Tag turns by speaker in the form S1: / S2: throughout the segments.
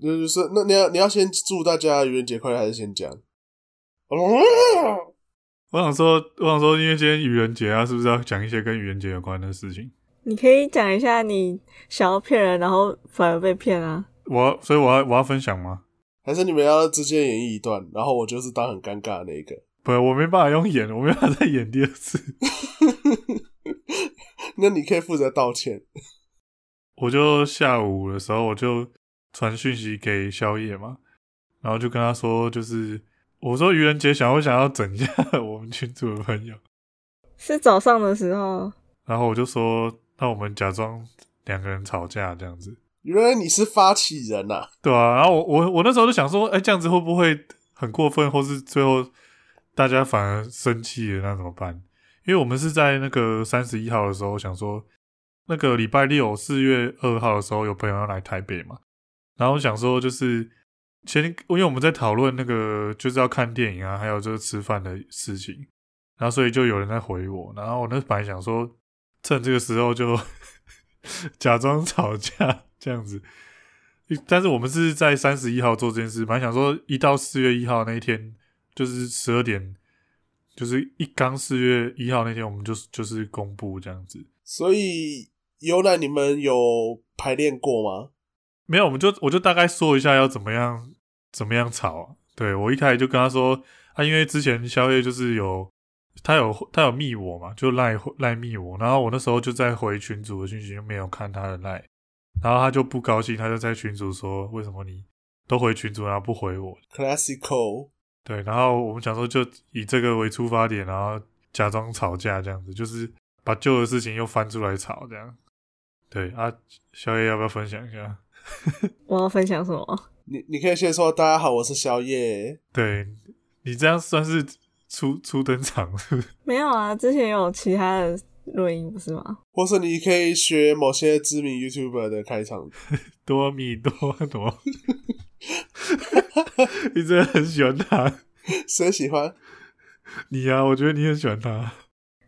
S1: 那就是那你要你要先祝大家愚人节快乐，还是先讲？
S2: 我想说，我想说，因为今天愚人节啊，是不是要讲一些跟愚人节有关的事情？
S3: 你可以讲一下你想要骗人，然后反而被骗啊。
S2: 我要所以我要我要分享吗？
S1: 还是你们要直接演绎一段，然后我就是当很尴尬的那一个。
S2: 不，我没办法用演，我没办法再演第二次。
S1: 那你可以负责道歉。
S2: 我就下午的时候，我就传讯息给宵夜嘛，然后就跟他说，就是我说愚人节想我想要整一下我们群组的朋友，
S3: 是早上的时候，
S2: 然后我就说，那我们假装两个人吵架这样子，
S1: 原来你是发起人呐、
S2: 对啊，然后我我我那时候就想说，哎、这样子会不会很过分，或是最后大家反而生气了，那怎么办？因为我们是在那个三十一号的时候想说，那个礼拜六四月二号的时候有朋友要来台北嘛，然后想说就是先，因为我们在讨论那个就是要看电影啊，还有就是吃饭的事情，然后所以就有人在回我，然后我那本来想说趁这个时候就 假装吵架这样子，但是我们是在三十一号做这件事，本来想说一到四月一号那一天就是十二点，就是一刚四月一号那天我们就是就是公布这样子，
S1: 所以尤奶你们有排练过吗？
S2: 没有，我们就我就大概说一下要怎么样怎么样吵、啊。对我一开始就跟他说，啊，因为之前宵夜就是有他有他有密我嘛，就赖赖密我，然后我那时候就在回群主的讯息，就没有看他的赖，然后他就不高兴，他就在群主说，为什么你都回群主然后不回我？
S1: classical，
S2: 对，然后我们想说就以这个为出发点，然后假装吵架这样子，就是把旧的事情又翻出来吵这样。对啊，宵夜要不要分享一下？
S3: 我要分享什么？
S1: 你你可以先说大家好，我是宵夜。
S2: 对你这样算是初初登场，是不是？
S3: 没有啊，之前有其他的录音不是吗？
S1: 或是你可以学某些知名 YouTuber 的开场，
S2: 多米多多，你真的很喜欢他，
S1: 谁喜欢？
S2: 你呀、啊，我觉得你很喜欢他。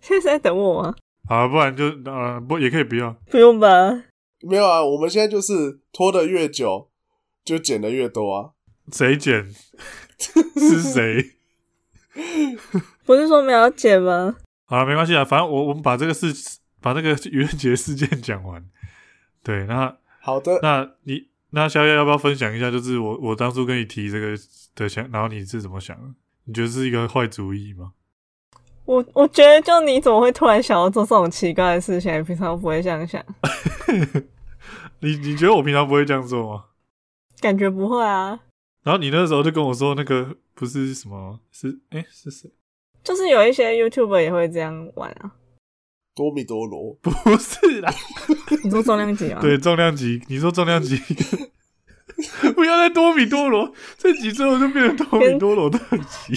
S3: 现在是在等我吗？
S2: 好啊，不然就呃不也可以不要。
S3: 不用吧，
S1: 没有啊，我们现在就是拖得越久，就剪得越多啊。
S2: 谁剪？ 是谁？
S3: 不是说没有要剪吗？
S2: 好了，没关系啊，反正我我们把这个事，把这个愚人节事件讲完。对，那
S1: 好的，
S2: 那你那小野要不要分享一下？就是我我当初跟你提这个的想，然后你是怎么想的？你觉得是一个坏主意吗？
S3: 我我觉得就你怎么会突然想要做这种奇怪的事情？平常不会这样想，
S2: 你你觉得我平常不会这样做吗？
S3: 感觉不会啊。
S2: 然后你那时候就跟我说，那个不是什么，是哎、是谁？
S3: 就是有一些 YouTuber 也会这样玩啊。
S1: 多米多罗，
S2: 不是啦，
S3: 你说重量级吗？
S2: 对，重量级，你说重量级， 不要再多米多罗，这集之后就变成多米多罗特辑。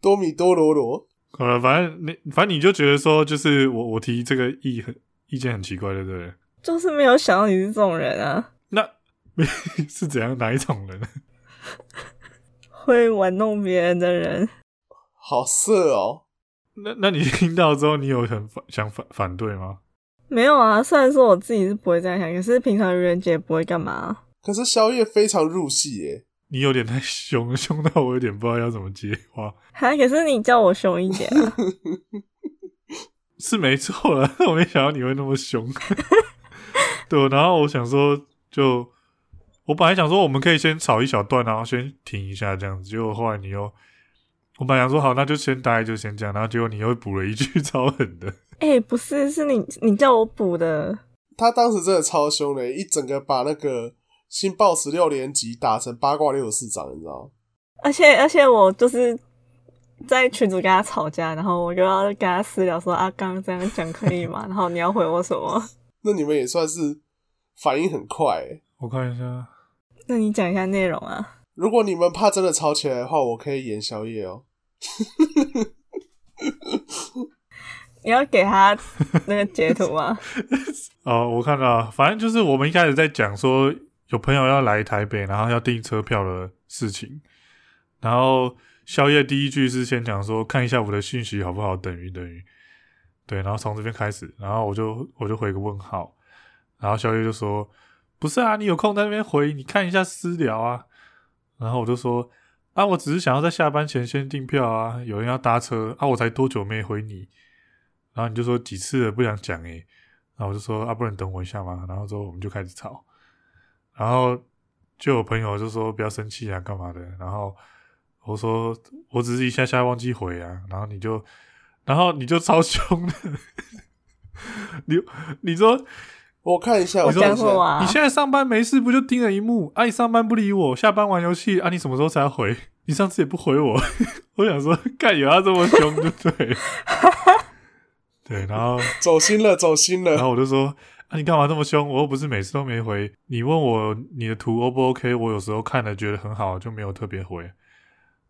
S1: 多米多罗罗，
S2: 好了，反正你反正你就觉得说，就是我我提这个意很意见很奇怪，对不对？
S3: 就是没有想到你是这种人啊，
S2: 那 是怎样哪一种人？
S3: 会玩弄别人的人。
S1: 好色哦！
S2: 那那你听到之后，你有很反想反反对吗？
S3: 没有啊，虽然说我自己是不会这样想，可是平常愚人节不会干嘛啊。
S1: 可是宵夜非常入戏耶，
S2: 你有点太凶了，凶到我有点不知道要怎么接话，
S3: 还可是你叫我凶一点啊，
S2: 是没错了。 我没想到你会那么凶， 对。然后我想说就，我本来想说我们可以先吵一小段，然后先停一下这样子。结果后来你又，我本来想说好，那就先大概就先这样。然后结果你又补了一句 超狠的，
S3: 哎、不是，是你你叫我补的，
S1: 他当时真的超凶的，一整个把那个新 BOSS 六连击打成八卦六十四掌，你知道吗？
S3: 而且而且我就是在群主跟他吵架，然后我就要跟他私聊说啊，刚刚这样讲可以吗？然 后你要回我什么？
S1: 那你们也算是反应很快耶。
S2: 我看一下，
S3: 那你讲一下内容啊。
S1: 如果你们怕真的吵起来的话，我可以演宵夜哦。
S3: 你要给他那个截图啊吗？
S2: 哦，我看到，反正就是我们一开始在讲说有朋友要来台北，然后要订车票的事情，然后宵夜第一句是先讲说看一下我的讯息好不好，等于等于，对，然后从这边开始，然后我就我就回个问号，然后宵夜就说不是啊，你有空在那边回，你看一下私聊啊。然后我就说啊，我只是想要在下班前先订票啊，有人要搭车啊，我才多久没回你？然后你就说几次了，不想讲诶、欸然后我就说啊，不然等我一下嘛。然后之后我们就开始吵，然后就有朋友就说不要生气啊，干嘛的？然后我说我只是一下下忘记回啊，然后你就，然后你就超凶的，你你说
S1: 我看一下，
S3: 我
S1: 我看
S3: 干
S1: 一
S3: 货
S1: 下，
S3: 啊，
S2: 你现在上班没事不就盯着一幕？啊，你上班不理我，下班玩游戏，啊，你什么时候才回？你上次也不回我， 我想说，干有他这么凶就对了， 对，然后
S1: 走心了，走心
S2: 然
S1: 了。
S2: 后我就说，啊，你干嘛这么凶？我又不是每次都没回。你问我你的图 O 不 OK？我有时候看了觉得很好，就没有特别回。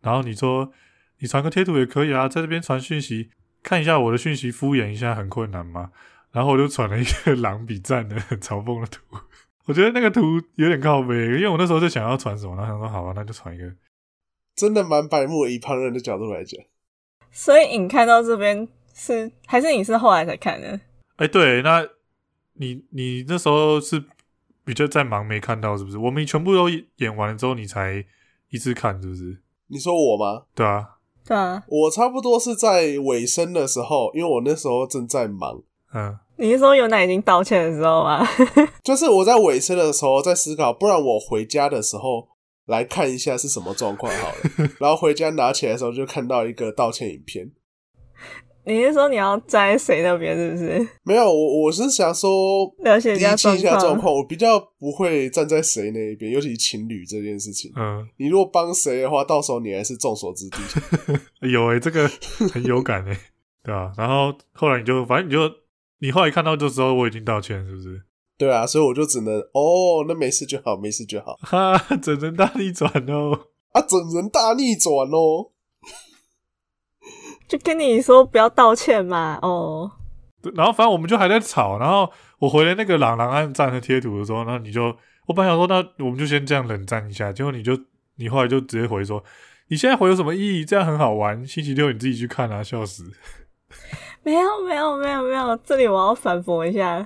S2: 然后你说你传个贴图也可以啊，在这边传讯息，看一下我的讯息，敷衍一下很困难吗？然后我就传了一个狼比赞的 很嘲讽的图，我觉得那个图有点靠背，因为我那时候就想要传什么，然后想说好吧，那就传一个
S1: 真的蛮白目的，以旁人的角度来讲，
S3: 所以你看到这边是还是你是后来才看的？
S2: 哎、对，那你你那时候是比较在忙，没看到是不是？我们全部都演完了之后，你才一次看是不是？
S1: 你说我吗？
S2: 对啊，
S3: 对啊，
S1: 我差不多是在尾声的时候，因为我那时候正在忙，
S2: 嗯，
S3: 你是说有奶已经道歉的时候吗？
S1: 就是我在尾声的时候在思考，不然我回家的时候来看一下是什么状况好了。然后回家拿起来的时候就看到一个道歉影片，
S3: 你是说你要摘谁那边是不是？
S1: 没有，我我是想说
S3: 了解
S1: 理
S3: 一下
S1: 清
S3: 状
S1: 一下状
S3: 况，
S1: 况，我比较不会站在谁那一边，尤其情侣这件事情，
S2: 嗯，
S1: 你如果帮谁的话，到时候你还是众所之地。
S2: 有哎、这个很有感哎、对啊。然后后来你就反正你就你后来看到这时候我已经道歉是不是？
S1: 对啊，所以我就只能哦，那没事就好，没事就好
S2: 哈，整人大逆转哦，
S1: 啊，整人大逆转哦。
S3: 就跟你说不要道歉嘛。哦，
S2: 对然后反正我们就还在吵，然后我回来那个朗朗按赞的贴图的时候，然后你就，我本来想说那我们就先这样冷战一下，结果你就你后来就直接回说，你现在回有什么意义？这样很好玩，星期六你自己去看啊，笑死。
S3: 没有没有没有没有，这里我要反驳一下，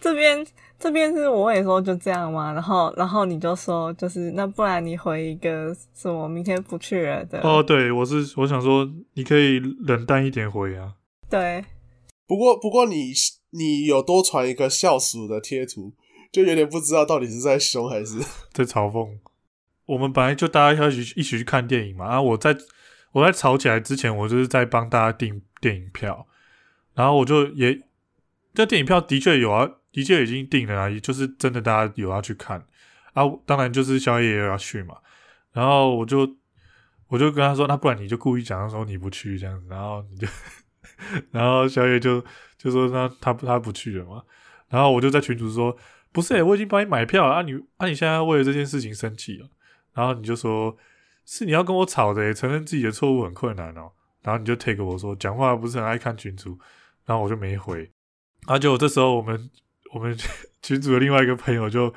S3: 这边这边是我也说就这样嘛，然后然后你就说就是那不然你回一个什么明天不去了的
S2: 哦，对，我是我想说你可以冷淡一点回啊，
S3: 对，
S1: 不过不过你你有多传一个笑死的贴图，就有点不知道到底是在凶还是
S2: 在嘲讽。我们本来就大家要一起去一起去看电影嘛，啊，我在我在吵起来之前，我就是在帮大家订电影票，然后我就也这电影票的确有啊，的确已经订了啊，也就是真的大家有要去看啊，当然就是宵夜也有要去嘛，然后我就我就跟他说，那不然你就故意讲说你不去这样子，然后你就 然后宵夜就就说那他不他不去了嘛，然后我就在群主说，不是、欸，我已经帮你买票了啊你，啊你现在为了这件事情生气了，然后你就说，是你要跟我吵的、欸，承认自己的错误很困难哦、然后你就 take 我说，讲话不是很爱看群主，然后我就没回，然后结果这时候我们我们 群主的另外一个朋友就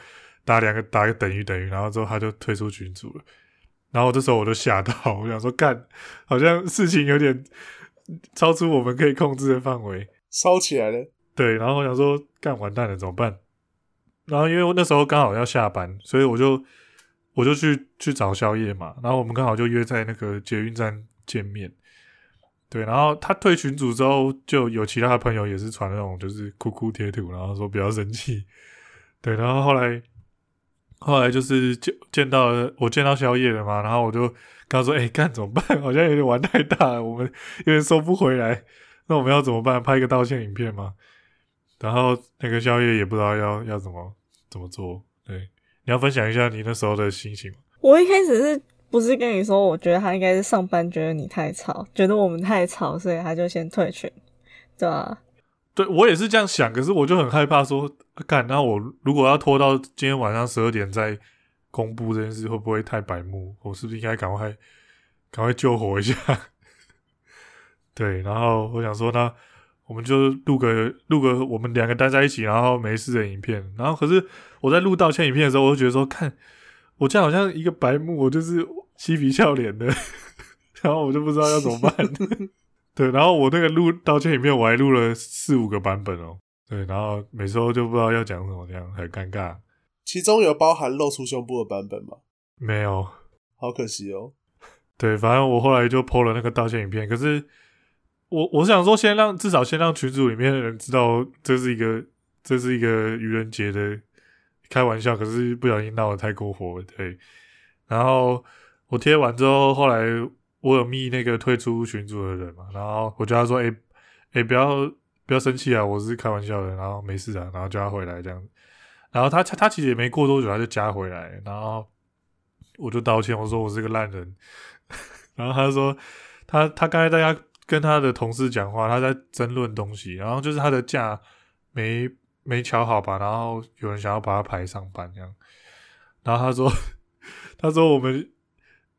S2: 打两个打个等于等于，然后之后他就退出群组了，然后这时候我就吓到，我想说干，好像事情有点超出我们可以控制的范围，
S1: 烧起来了。
S2: 对，然后我想说，干完蛋了怎么办？然后因为我那时候刚好要下班，所以我就我就去去找宵夜嘛。然后我们刚好就约在那个捷运站见面。对，然后他退群组之后，就有其他的朋友也是传那种就是哭哭贴图，然后说不要生气。对，然后后来后来就是见见到了我见到宵夜了嘛，然后我就跟他说：“哎、干怎么办？ 好像有点玩太大了，我们有点收不回来。那我们要怎么办？拍一个道歉影片吗？”然后那个宵夜也不知道要要怎么怎么做。对，你要分享一下你那时候的心情吗？
S3: 我一开始是不是跟你说，我觉得他应该是上班觉得你太吵，觉得我们太吵，所以他就先退群，对啊？
S2: 对我也是这样想，可是我就很害怕说，啊干、那我如果要拖到今天晚上十二点再公布这件事，会不会太白目？我是不是应该赶快赶快救火一下？ 对，然后我想说，那我们就录个录个我们两个待在一起，然后没事的影片。然后可是我在录道歉影片的时候，我就觉得说，看我这样好像一个白目，我就是嬉皮笑脸的， 然后我就不知道要怎么办。对，然后我那个录道歉影片，我还录了四五个版本哦。对，然后每次都就不知道要讲什么，这样很尴尬。
S1: 其中有包含露出胸部的版本吗？
S2: 没有，
S1: 好可惜哦。
S2: 对，反正我后来就 PO 了那个道歉影片。可是我我是想说，先让至少先让群组里面的人知道这是一个这是一个愚人节的开玩笑，可是不小心闹得太过火，对。然后我贴完之后，后来我有密那个退出群组的人嘛，然后我叫他说：“哎、诶哎、不要不要生气啊，我是开玩笑的，然后没事啊，然后叫他回来这样子。”然后他他他其实也没过多久，他就加回来，然后我就道歉，我说我是个烂人。 然后他说，他他刚才大家跟他的同事讲话，他在争论东西，然后就是他的假没没瞧好吧，然后有人想要把他排上班这样，然后他说，他说我们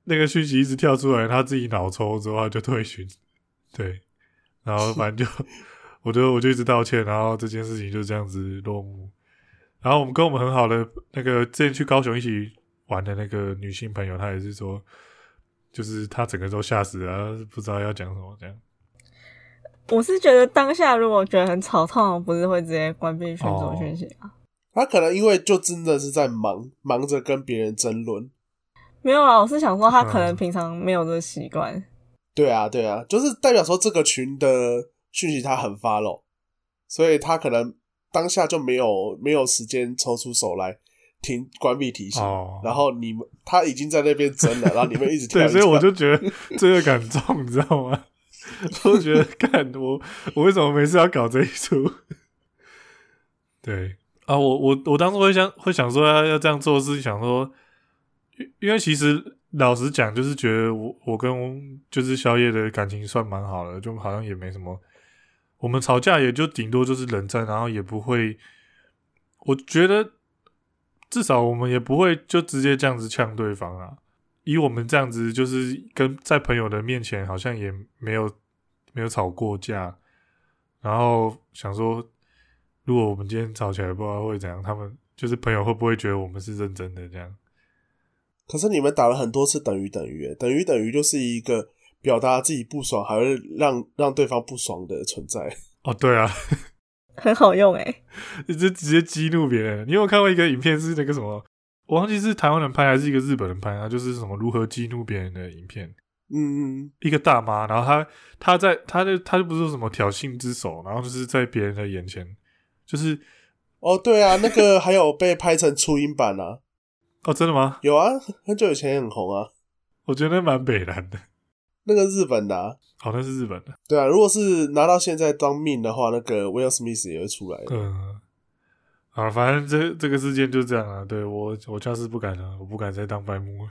S2: 那个讯息一直跳出来，他自己脑抽之后他就退群，对，然后反正就我就我就一直道歉，然后这件事情就这样子落幕。然后我们跟我们很好的那个之前去高雄一起玩的那个女性朋友，她也是说，就是她整个都吓死了，不知道要讲什么这样。
S3: 我是觉得当下如果觉得很吵，通常不是会直接关闭群组
S2: 哦
S3: 讯息啊？
S1: 他可能因为就真的是在忙，忙着跟别人争论。
S3: 没有啊，我是想说他可能
S2: 嗯
S3: 平常没有这个习惯。
S1: 对啊，对啊，就是代表说这个群的讯息他很 follow，所以他可能当下就没有没有时间抽出手来听关闭提醒。
S2: 哦，
S1: 然后你们他已经在那边 争了，然后你们一直跳
S2: 对，
S1: 一直
S2: 所以我
S1: 跳
S2: 就觉得罪恶感重， 你知道吗？我就觉得干我，我为什么每次要搞这一出？对啊，我我我当时会想会想说要要这样做，是想说，因因为其实老实讲，就是觉得我我跟就是宵夜的感情算蛮好的，就好像也没什么，我们吵架也就顶多就是冷战，然后也不会，我觉得至少我们也不会就直接这样子呛对方啊。以我们这样子，就是跟在朋友的面前，好像也没有没有吵过架。然后想说，如果我们今天吵起来，不知道会怎样，他们就是朋友会不会觉得我们是认真的这样？
S1: 可是你们打了很多次等于等于，等于等于就是一个表达自己不爽，还会让让对方不爽的存在。
S2: 哦，对啊，
S3: 很好用哎、
S2: 你就直接激怒别人。你有没有看过一个影片，是那个什么，我忘记是台湾人拍还是一个日本人拍，啊，就是什么如何激怒别人的影片。
S1: 嗯，
S2: 一个大妈，然后她她在她就她就不是说什么挑衅之手，然后就是在别人的眼前，就是
S1: 哦，对啊，那个还有被拍成初音版啊，
S2: 哦，真的吗？
S1: 有啊，很久以前也很红啊，
S2: 我觉得蛮北蓝的。
S1: 那个日本的、啊，
S2: 哦，那是日本的。
S1: 对啊，如果是拿到现在当命的话，那个 Will Smith 也会出来的。
S2: 嗯，啊，反正这这个事件就这样了。对我，我下次不敢了，我不敢再当白目了。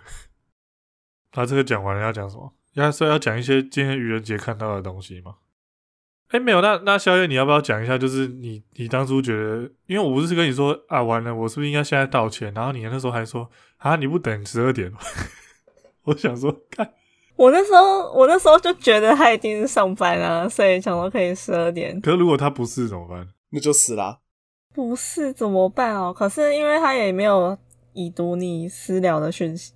S2: 那、这个讲完了，要讲什么？要说要讲一些今天愚人节看到的东西吗？哎，没有。那那宵夜，你要不要讲一下？就是你你当初觉得，因为我不是跟你说啊，完了，我是不是应该现在道歉？然后你那时候还说啊，你不等十二点吗？ 我想说，看
S3: 我那时候我那时候就觉得他一定是上班啊，所以想说可以十二点。
S2: 可是如果他不是怎么办？
S1: 那就死啦。
S3: 不是怎么办哦？可是因为他也没有已读你私聊的讯息，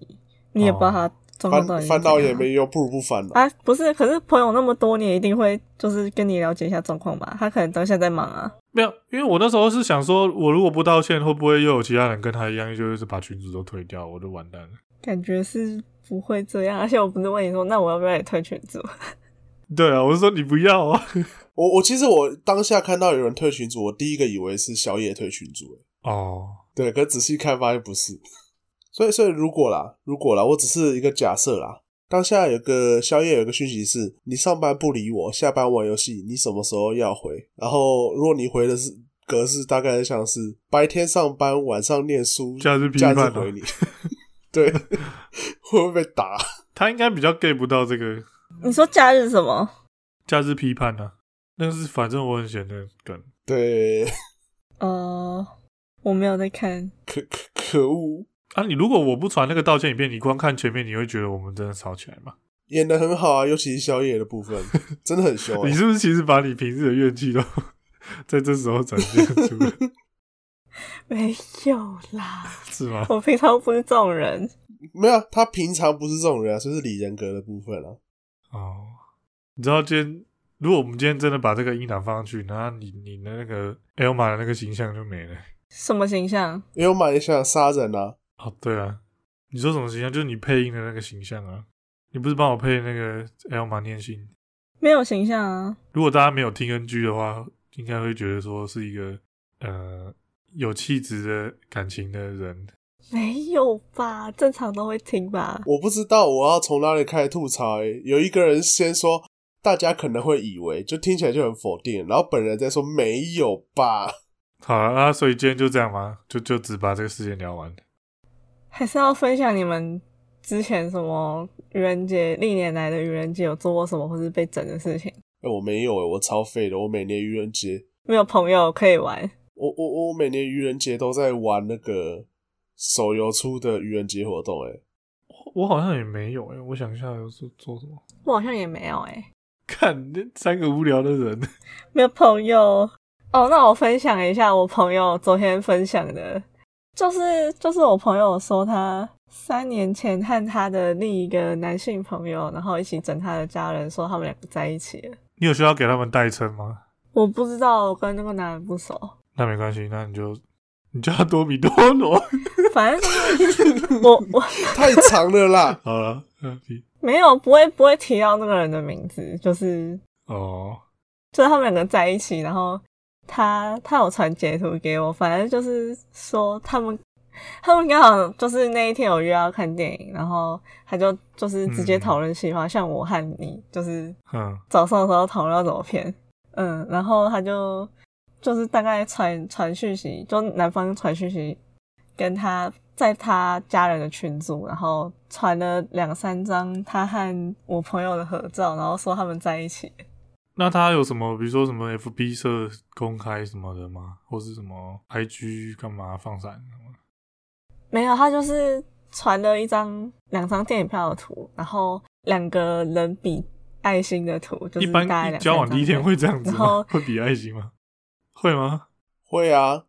S3: 你也不知道他状
S1: 翻
S3: 况到底是
S1: 哦
S3: 啊
S1: 翻到
S3: 怎样
S1: 也没用，不如不翻了。
S3: 啊，不是，可是朋友那么多，你也一定会就是跟你了解一下状况吧。他可能当下在忙啊。
S2: 没有，因为我那时候是想说，我如果不道歉，会不会又有其他人跟他一样，就是把群主都退掉，我就完蛋了。
S3: 感觉是不会这样，而且我不是问你说，那我要不要也退群组？
S2: 对啊，我是说你不要啊。
S1: 我我其实我当下看到有人退群组，我第一个以为是小野退群组，
S2: 哦，
S1: 对，可仔细看发现不是。所以所以如果啦，如果啦，我只是一个假设啦。当下有个宵夜有个讯息是：你上班不理我，下班玩游戏，你什么时候要回？然后如果你回的是格式，大概像是白天上班，晚上念书，
S2: 假日批
S1: 假
S2: 判
S1: 日
S2: 啊
S1: 回你。对， 会不会被打？
S2: 他应该比较 get 不到这个
S3: 你说假日什么？
S2: 价值批判啊。但是反正我很闲的梗，
S1: 对，
S3: 呃，我没有在看。
S1: 可可可恶，
S2: 啊，你如果我不传那个道歉影片，你光看前面，你会觉得我们真的吵起来吗？
S1: 演的很好啊，尤其是宵夜的部分，真的很凶、
S2: 你
S1: 欸。
S2: 是不是其实把你平日的怨气都 在这时候展现出来，
S3: 没有啦，
S2: 是吗？
S3: 我平常不是这种人。
S1: 没有啊，他平常不是这种人啊，就是理人格的部分啊。
S2: 哦，你知道今天如果我们今天真的把这个音档放上去，那你你的那个 Elma 的那个形象就没了。
S3: 什么形象？
S1: 因为我蛮想杀人啊，
S2: 哦，对啊，你说什么形象？就是你配音的那个形象啊。你不是帮我配那个 L 马念心？
S3: 没有形象啊，
S2: 如果大家没有听 NG 的话，应该会觉得说是一个呃有气质的感情的人。
S3: 没有吧？正常都会听吧？
S1: 我不知道我要从哪里开始吐槽、欸。有一个人先说，大家可能会以为，就听起来就很否定，然后本人在说没有吧。
S2: 好了，那所以今天就这样吧，就就只把这个事件聊完。
S3: 还是要分享你们之前什么愚人节历年来的愚人节有做过什么，或是被整的事情？
S1: 哎、我没有哎、我超废的。我每年愚人节，
S3: 没有朋友可以玩，
S1: 我我我每年愚人节都在玩那个手游出的愚人节活动、欸。哎，
S2: 我好像也没有哎、我想一下有做做什么？
S3: 我好像也没有哎、
S2: 看这三个无聊的人，
S3: 没有朋友哦。那我分享一下我朋友昨天分享的，就是就是我朋友说他三年前和他的另一个男性朋友，然后一起整他的家人，说他们两个在一起了。
S2: 你有需要给他们代称吗？
S3: 我不知道，我跟那个男人不熟，
S2: 那没关系，那你就你叫他多米多罗 。
S3: 反正就是我我
S1: 太长了啦
S2: 好了。嗯，你
S3: 没有不会不会提到那个人的名字，就是
S2: 哦，
S3: 就是他们两个在一起，然后他他有传截图给我，反正就是说他们他们刚好就是那一天有约要看电影，然后他就就是直接讨论喜欢，像我和你就是
S2: 嗯，
S3: 早上的时候讨论要怎么骗，嗯，然后他就就是大概传传讯息，就男方传讯息跟他在他家人的群组，然后传了两三张他和我朋友的合照，然后说他们在一起。
S2: 那他有什么，比如说什么 FB 社公开什么的吗？或是什么 IG 干嘛放闪的吗？
S3: 没有，他就是传了一张两张电影票的图，然后两个人比爱心的图，就是
S2: 一
S3: 大
S2: 般
S3: 概两
S2: 交往
S3: 三
S2: 第一天
S3: 张
S2: 会这样子
S3: 然
S2: 吗
S3: 后？
S2: 会比爱心吗？会 吗？
S1: 会啊，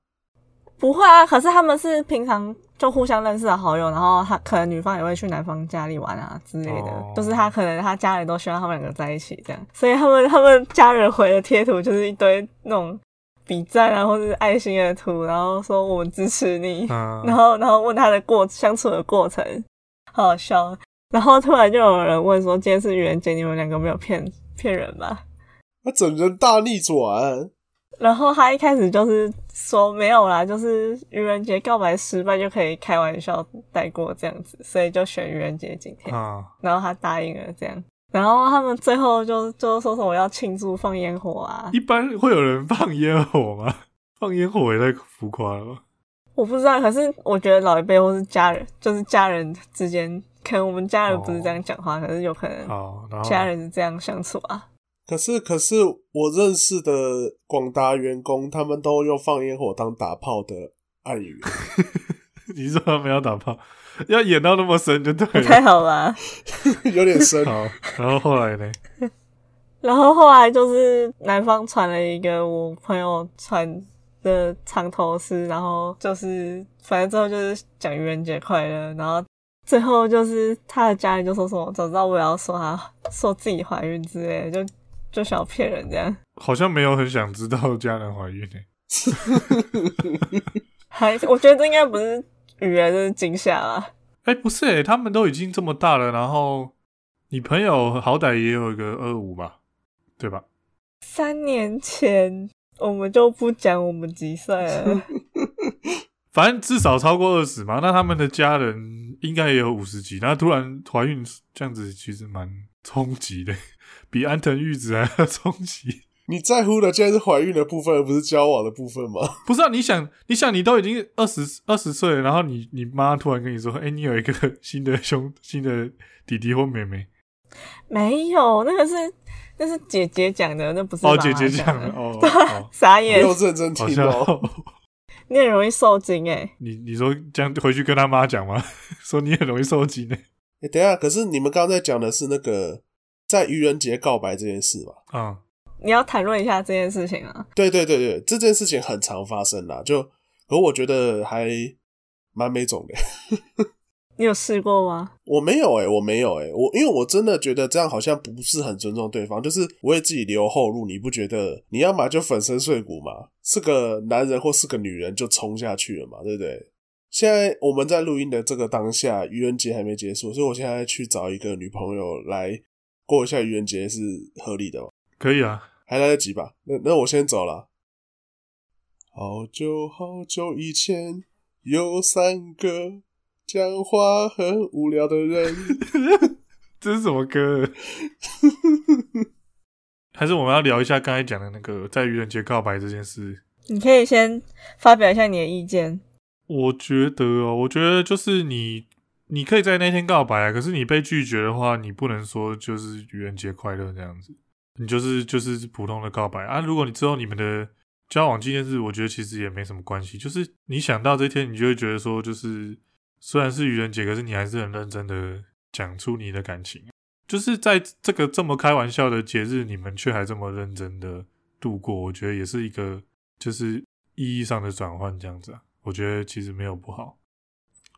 S3: 不会啊，可是他们是平常就互相认识的好友，然后他可能女方也会去男方家里玩啊之类的，
S2: 哦
S3: 就是他可能他家人都希望他们两个在一起这样，所以他们 他们家人回的贴图就是一堆那种比赞啊或者是爱心的图，然后说我们支持你，
S2: 嗯，
S3: 然后然后问他的过相处的过程，好好笑。然后突然就有人问说，今天是愚人节，你们两个没有骗骗人吧？
S1: 那整人大逆转。
S3: 然后他一开始就是说没有啦，就是愚人节告白失败就可以开玩笑带过这样子，所以就选愚人节今天。
S2: 啊，
S3: 然后他答应了这样，然后他们最后就就说什么要庆祝放烟火啊，
S2: 一般会有人放烟火吗？ 放烟火也太浮夸了吧？
S3: 我不知道，可是我觉得老一辈或是家人，就是家人之间，可能我们家人不是这样讲话，可是有可能
S2: 好，啊然后
S3: 家人是这样相处啊。
S1: 可是，可是我认识的广达员工，他们都用放烟火当打炮的暗语。
S2: 你说他们要打炮，要演到那么深就对
S3: 不
S2: 了。
S3: 太好啊吧。
S1: 有点深。
S2: 好，然后后来呢？
S3: 然后后来就是男方传了一个我朋友传的长头诗，然后就是反正最后就是讲愚人节快乐，然后最后就是他的家人就说什么早知道我也要说他说自己怀孕之类的，就就想要骗人这样，
S2: 好像没有很想知道家人怀孕呢、
S3: 还我觉得这应该不是愚人，这是惊吓啊吧。
S2: 哎、不是哎、他们都已经这么大了，然后你朋友好歹也有一个二五吧，对吧？
S3: 三年前我们就不讲我们几岁了。
S2: 反正至少超过二十嘛，那他们的家人应该也有五十几，那突然怀孕这样子，其实蛮冲击的，比安藤玉子还要冲击。
S1: 你在乎的竟然是怀孕的部分，而不是交往的部分 吗？
S2: 不是啊，你想，你想，你都已经二十二十岁了，然后你你妈突然跟你说，哎、你有一个新的兄新的弟弟或妹妹，
S3: 没有，那个是那是姐姐讲的，那不是
S2: 哦，
S3: 妈妈
S2: 姐姐
S3: 讲
S2: 讲的，哦， 哦
S3: 傻
S1: 没
S3: 眼，
S1: 有认真
S2: 好
S1: 听
S2: 像、
S1: 哦、
S3: 你很容易受惊哎、
S2: 你你说这样回去跟他妈讲吗？ 说你很容易受惊呢、
S1: 诶等一下，可是你们刚才讲的是那个在愚人节告白这件事吧？
S2: 啊、
S3: 你要谈论一下这件事情啊。
S1: 对对对对，这件事情很常发生啦。就可我觉得还蛮没种的。
S3: 你有试过吗？
S1: 我没有哎、我没有哎、我因为我真的觉得这样好像不是很尊重对方，就是为自己留后路，你不觉得？你要嘛就粉身碎骨嘛，是个男人或是个女人就冲下去了嘛，对不对？现在我们在录音的这个当下，愚人节还没结束，所以我现在去找一个女朋友来过一下愚人节是合理的吗？
S2: 可以啊，
S1: 还来得及吧？那那我先走了。好久好久以前，有三个讲话很无聊的人。
S2: 这是什么歌？还是我们要聊一下刚才讲的那个在愚人节告白这件事？
S3: 你可以先发表一下你的意见。
S2: 我觉得哦，我觉得就是你，你可以在那天告白啊，可是你被拒绝的话，你不能说就是愚人节快乐这样子，你就是就是普通的告白啊。如果你之后你们的交往纪念日，我觉得其实也没什么关系，就是你想到这天，你就会觉得说，就是虽然是愚人节，可是你还是很认真的讲出你的感情，就是在这个这么开玩笑的节日，你们却还这么认真的度过，我觉得也是一个就是意义上的转换这样子啊。我觉得其实没有不好，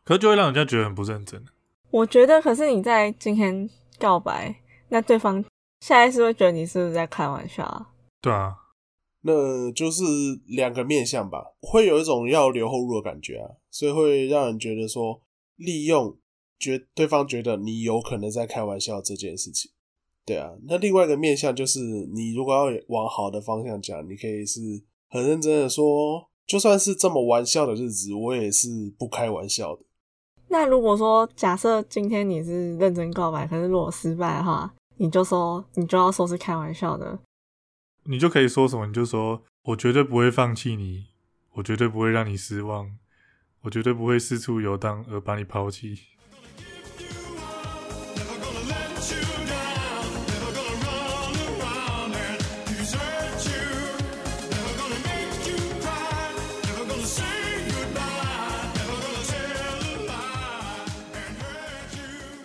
S2: 可是就会让人家觉得很不认真。
S3: 我觉得，可是你在今天告白，那对方下意识会觉得你是不是在开玩笑啊？
S2: 对啊，
S1: 那就是两个面向吧，会有一种要留后路的感觉啊，所以会让人觉得说利用觉对方觉得你有可能在开玩笑这件事情。对啊，那另外一个面向就是，你如果要往好的方向讲，你可以是很认真的说，就算是这么玩笑的日子，我也是不开玩笑的。
S3: 那如果说假设今天你是认真告白，可是如果失败的话，你就说你就要说是开玩笑的。
S2: 你就可以说什么，你就说我绝对不会放弃你，我绝对不会让你失望，我绝对不会四处游荡而把你抛弃。
S4: Never gonna let you down. Never gonna run around and desert you. Never gonna make you cry. Never gonna say goodbye. Never gonna tell a lie and hurt you.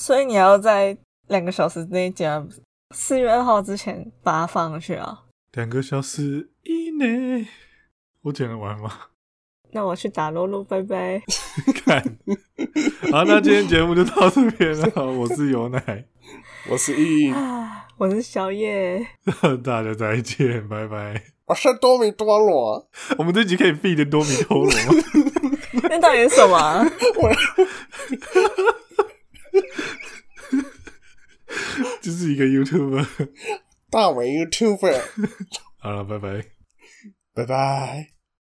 S3: 所以你要在两个小时内讲，不是四月二号之前把它放上去啊。
S2: 两个小时以内，我剪得完吗？
S3: 那我去打撸撸，拜拜。
S2: 看，好，那今天节目就到这边了。我是有奶，
S1: 我是玉，
S3: 啊，我是小叶，
S2: 大家再见，拜拜。
S1: 我是多米多罗，
S2: 我们这集可以 feed 多米多罗吗？
S3: 那到底是什么啊？
S2: 就是一个 YouTuber。
S1: 大伟 YouTuber，
S2: 好了，拜拜。
S1: 拜拜。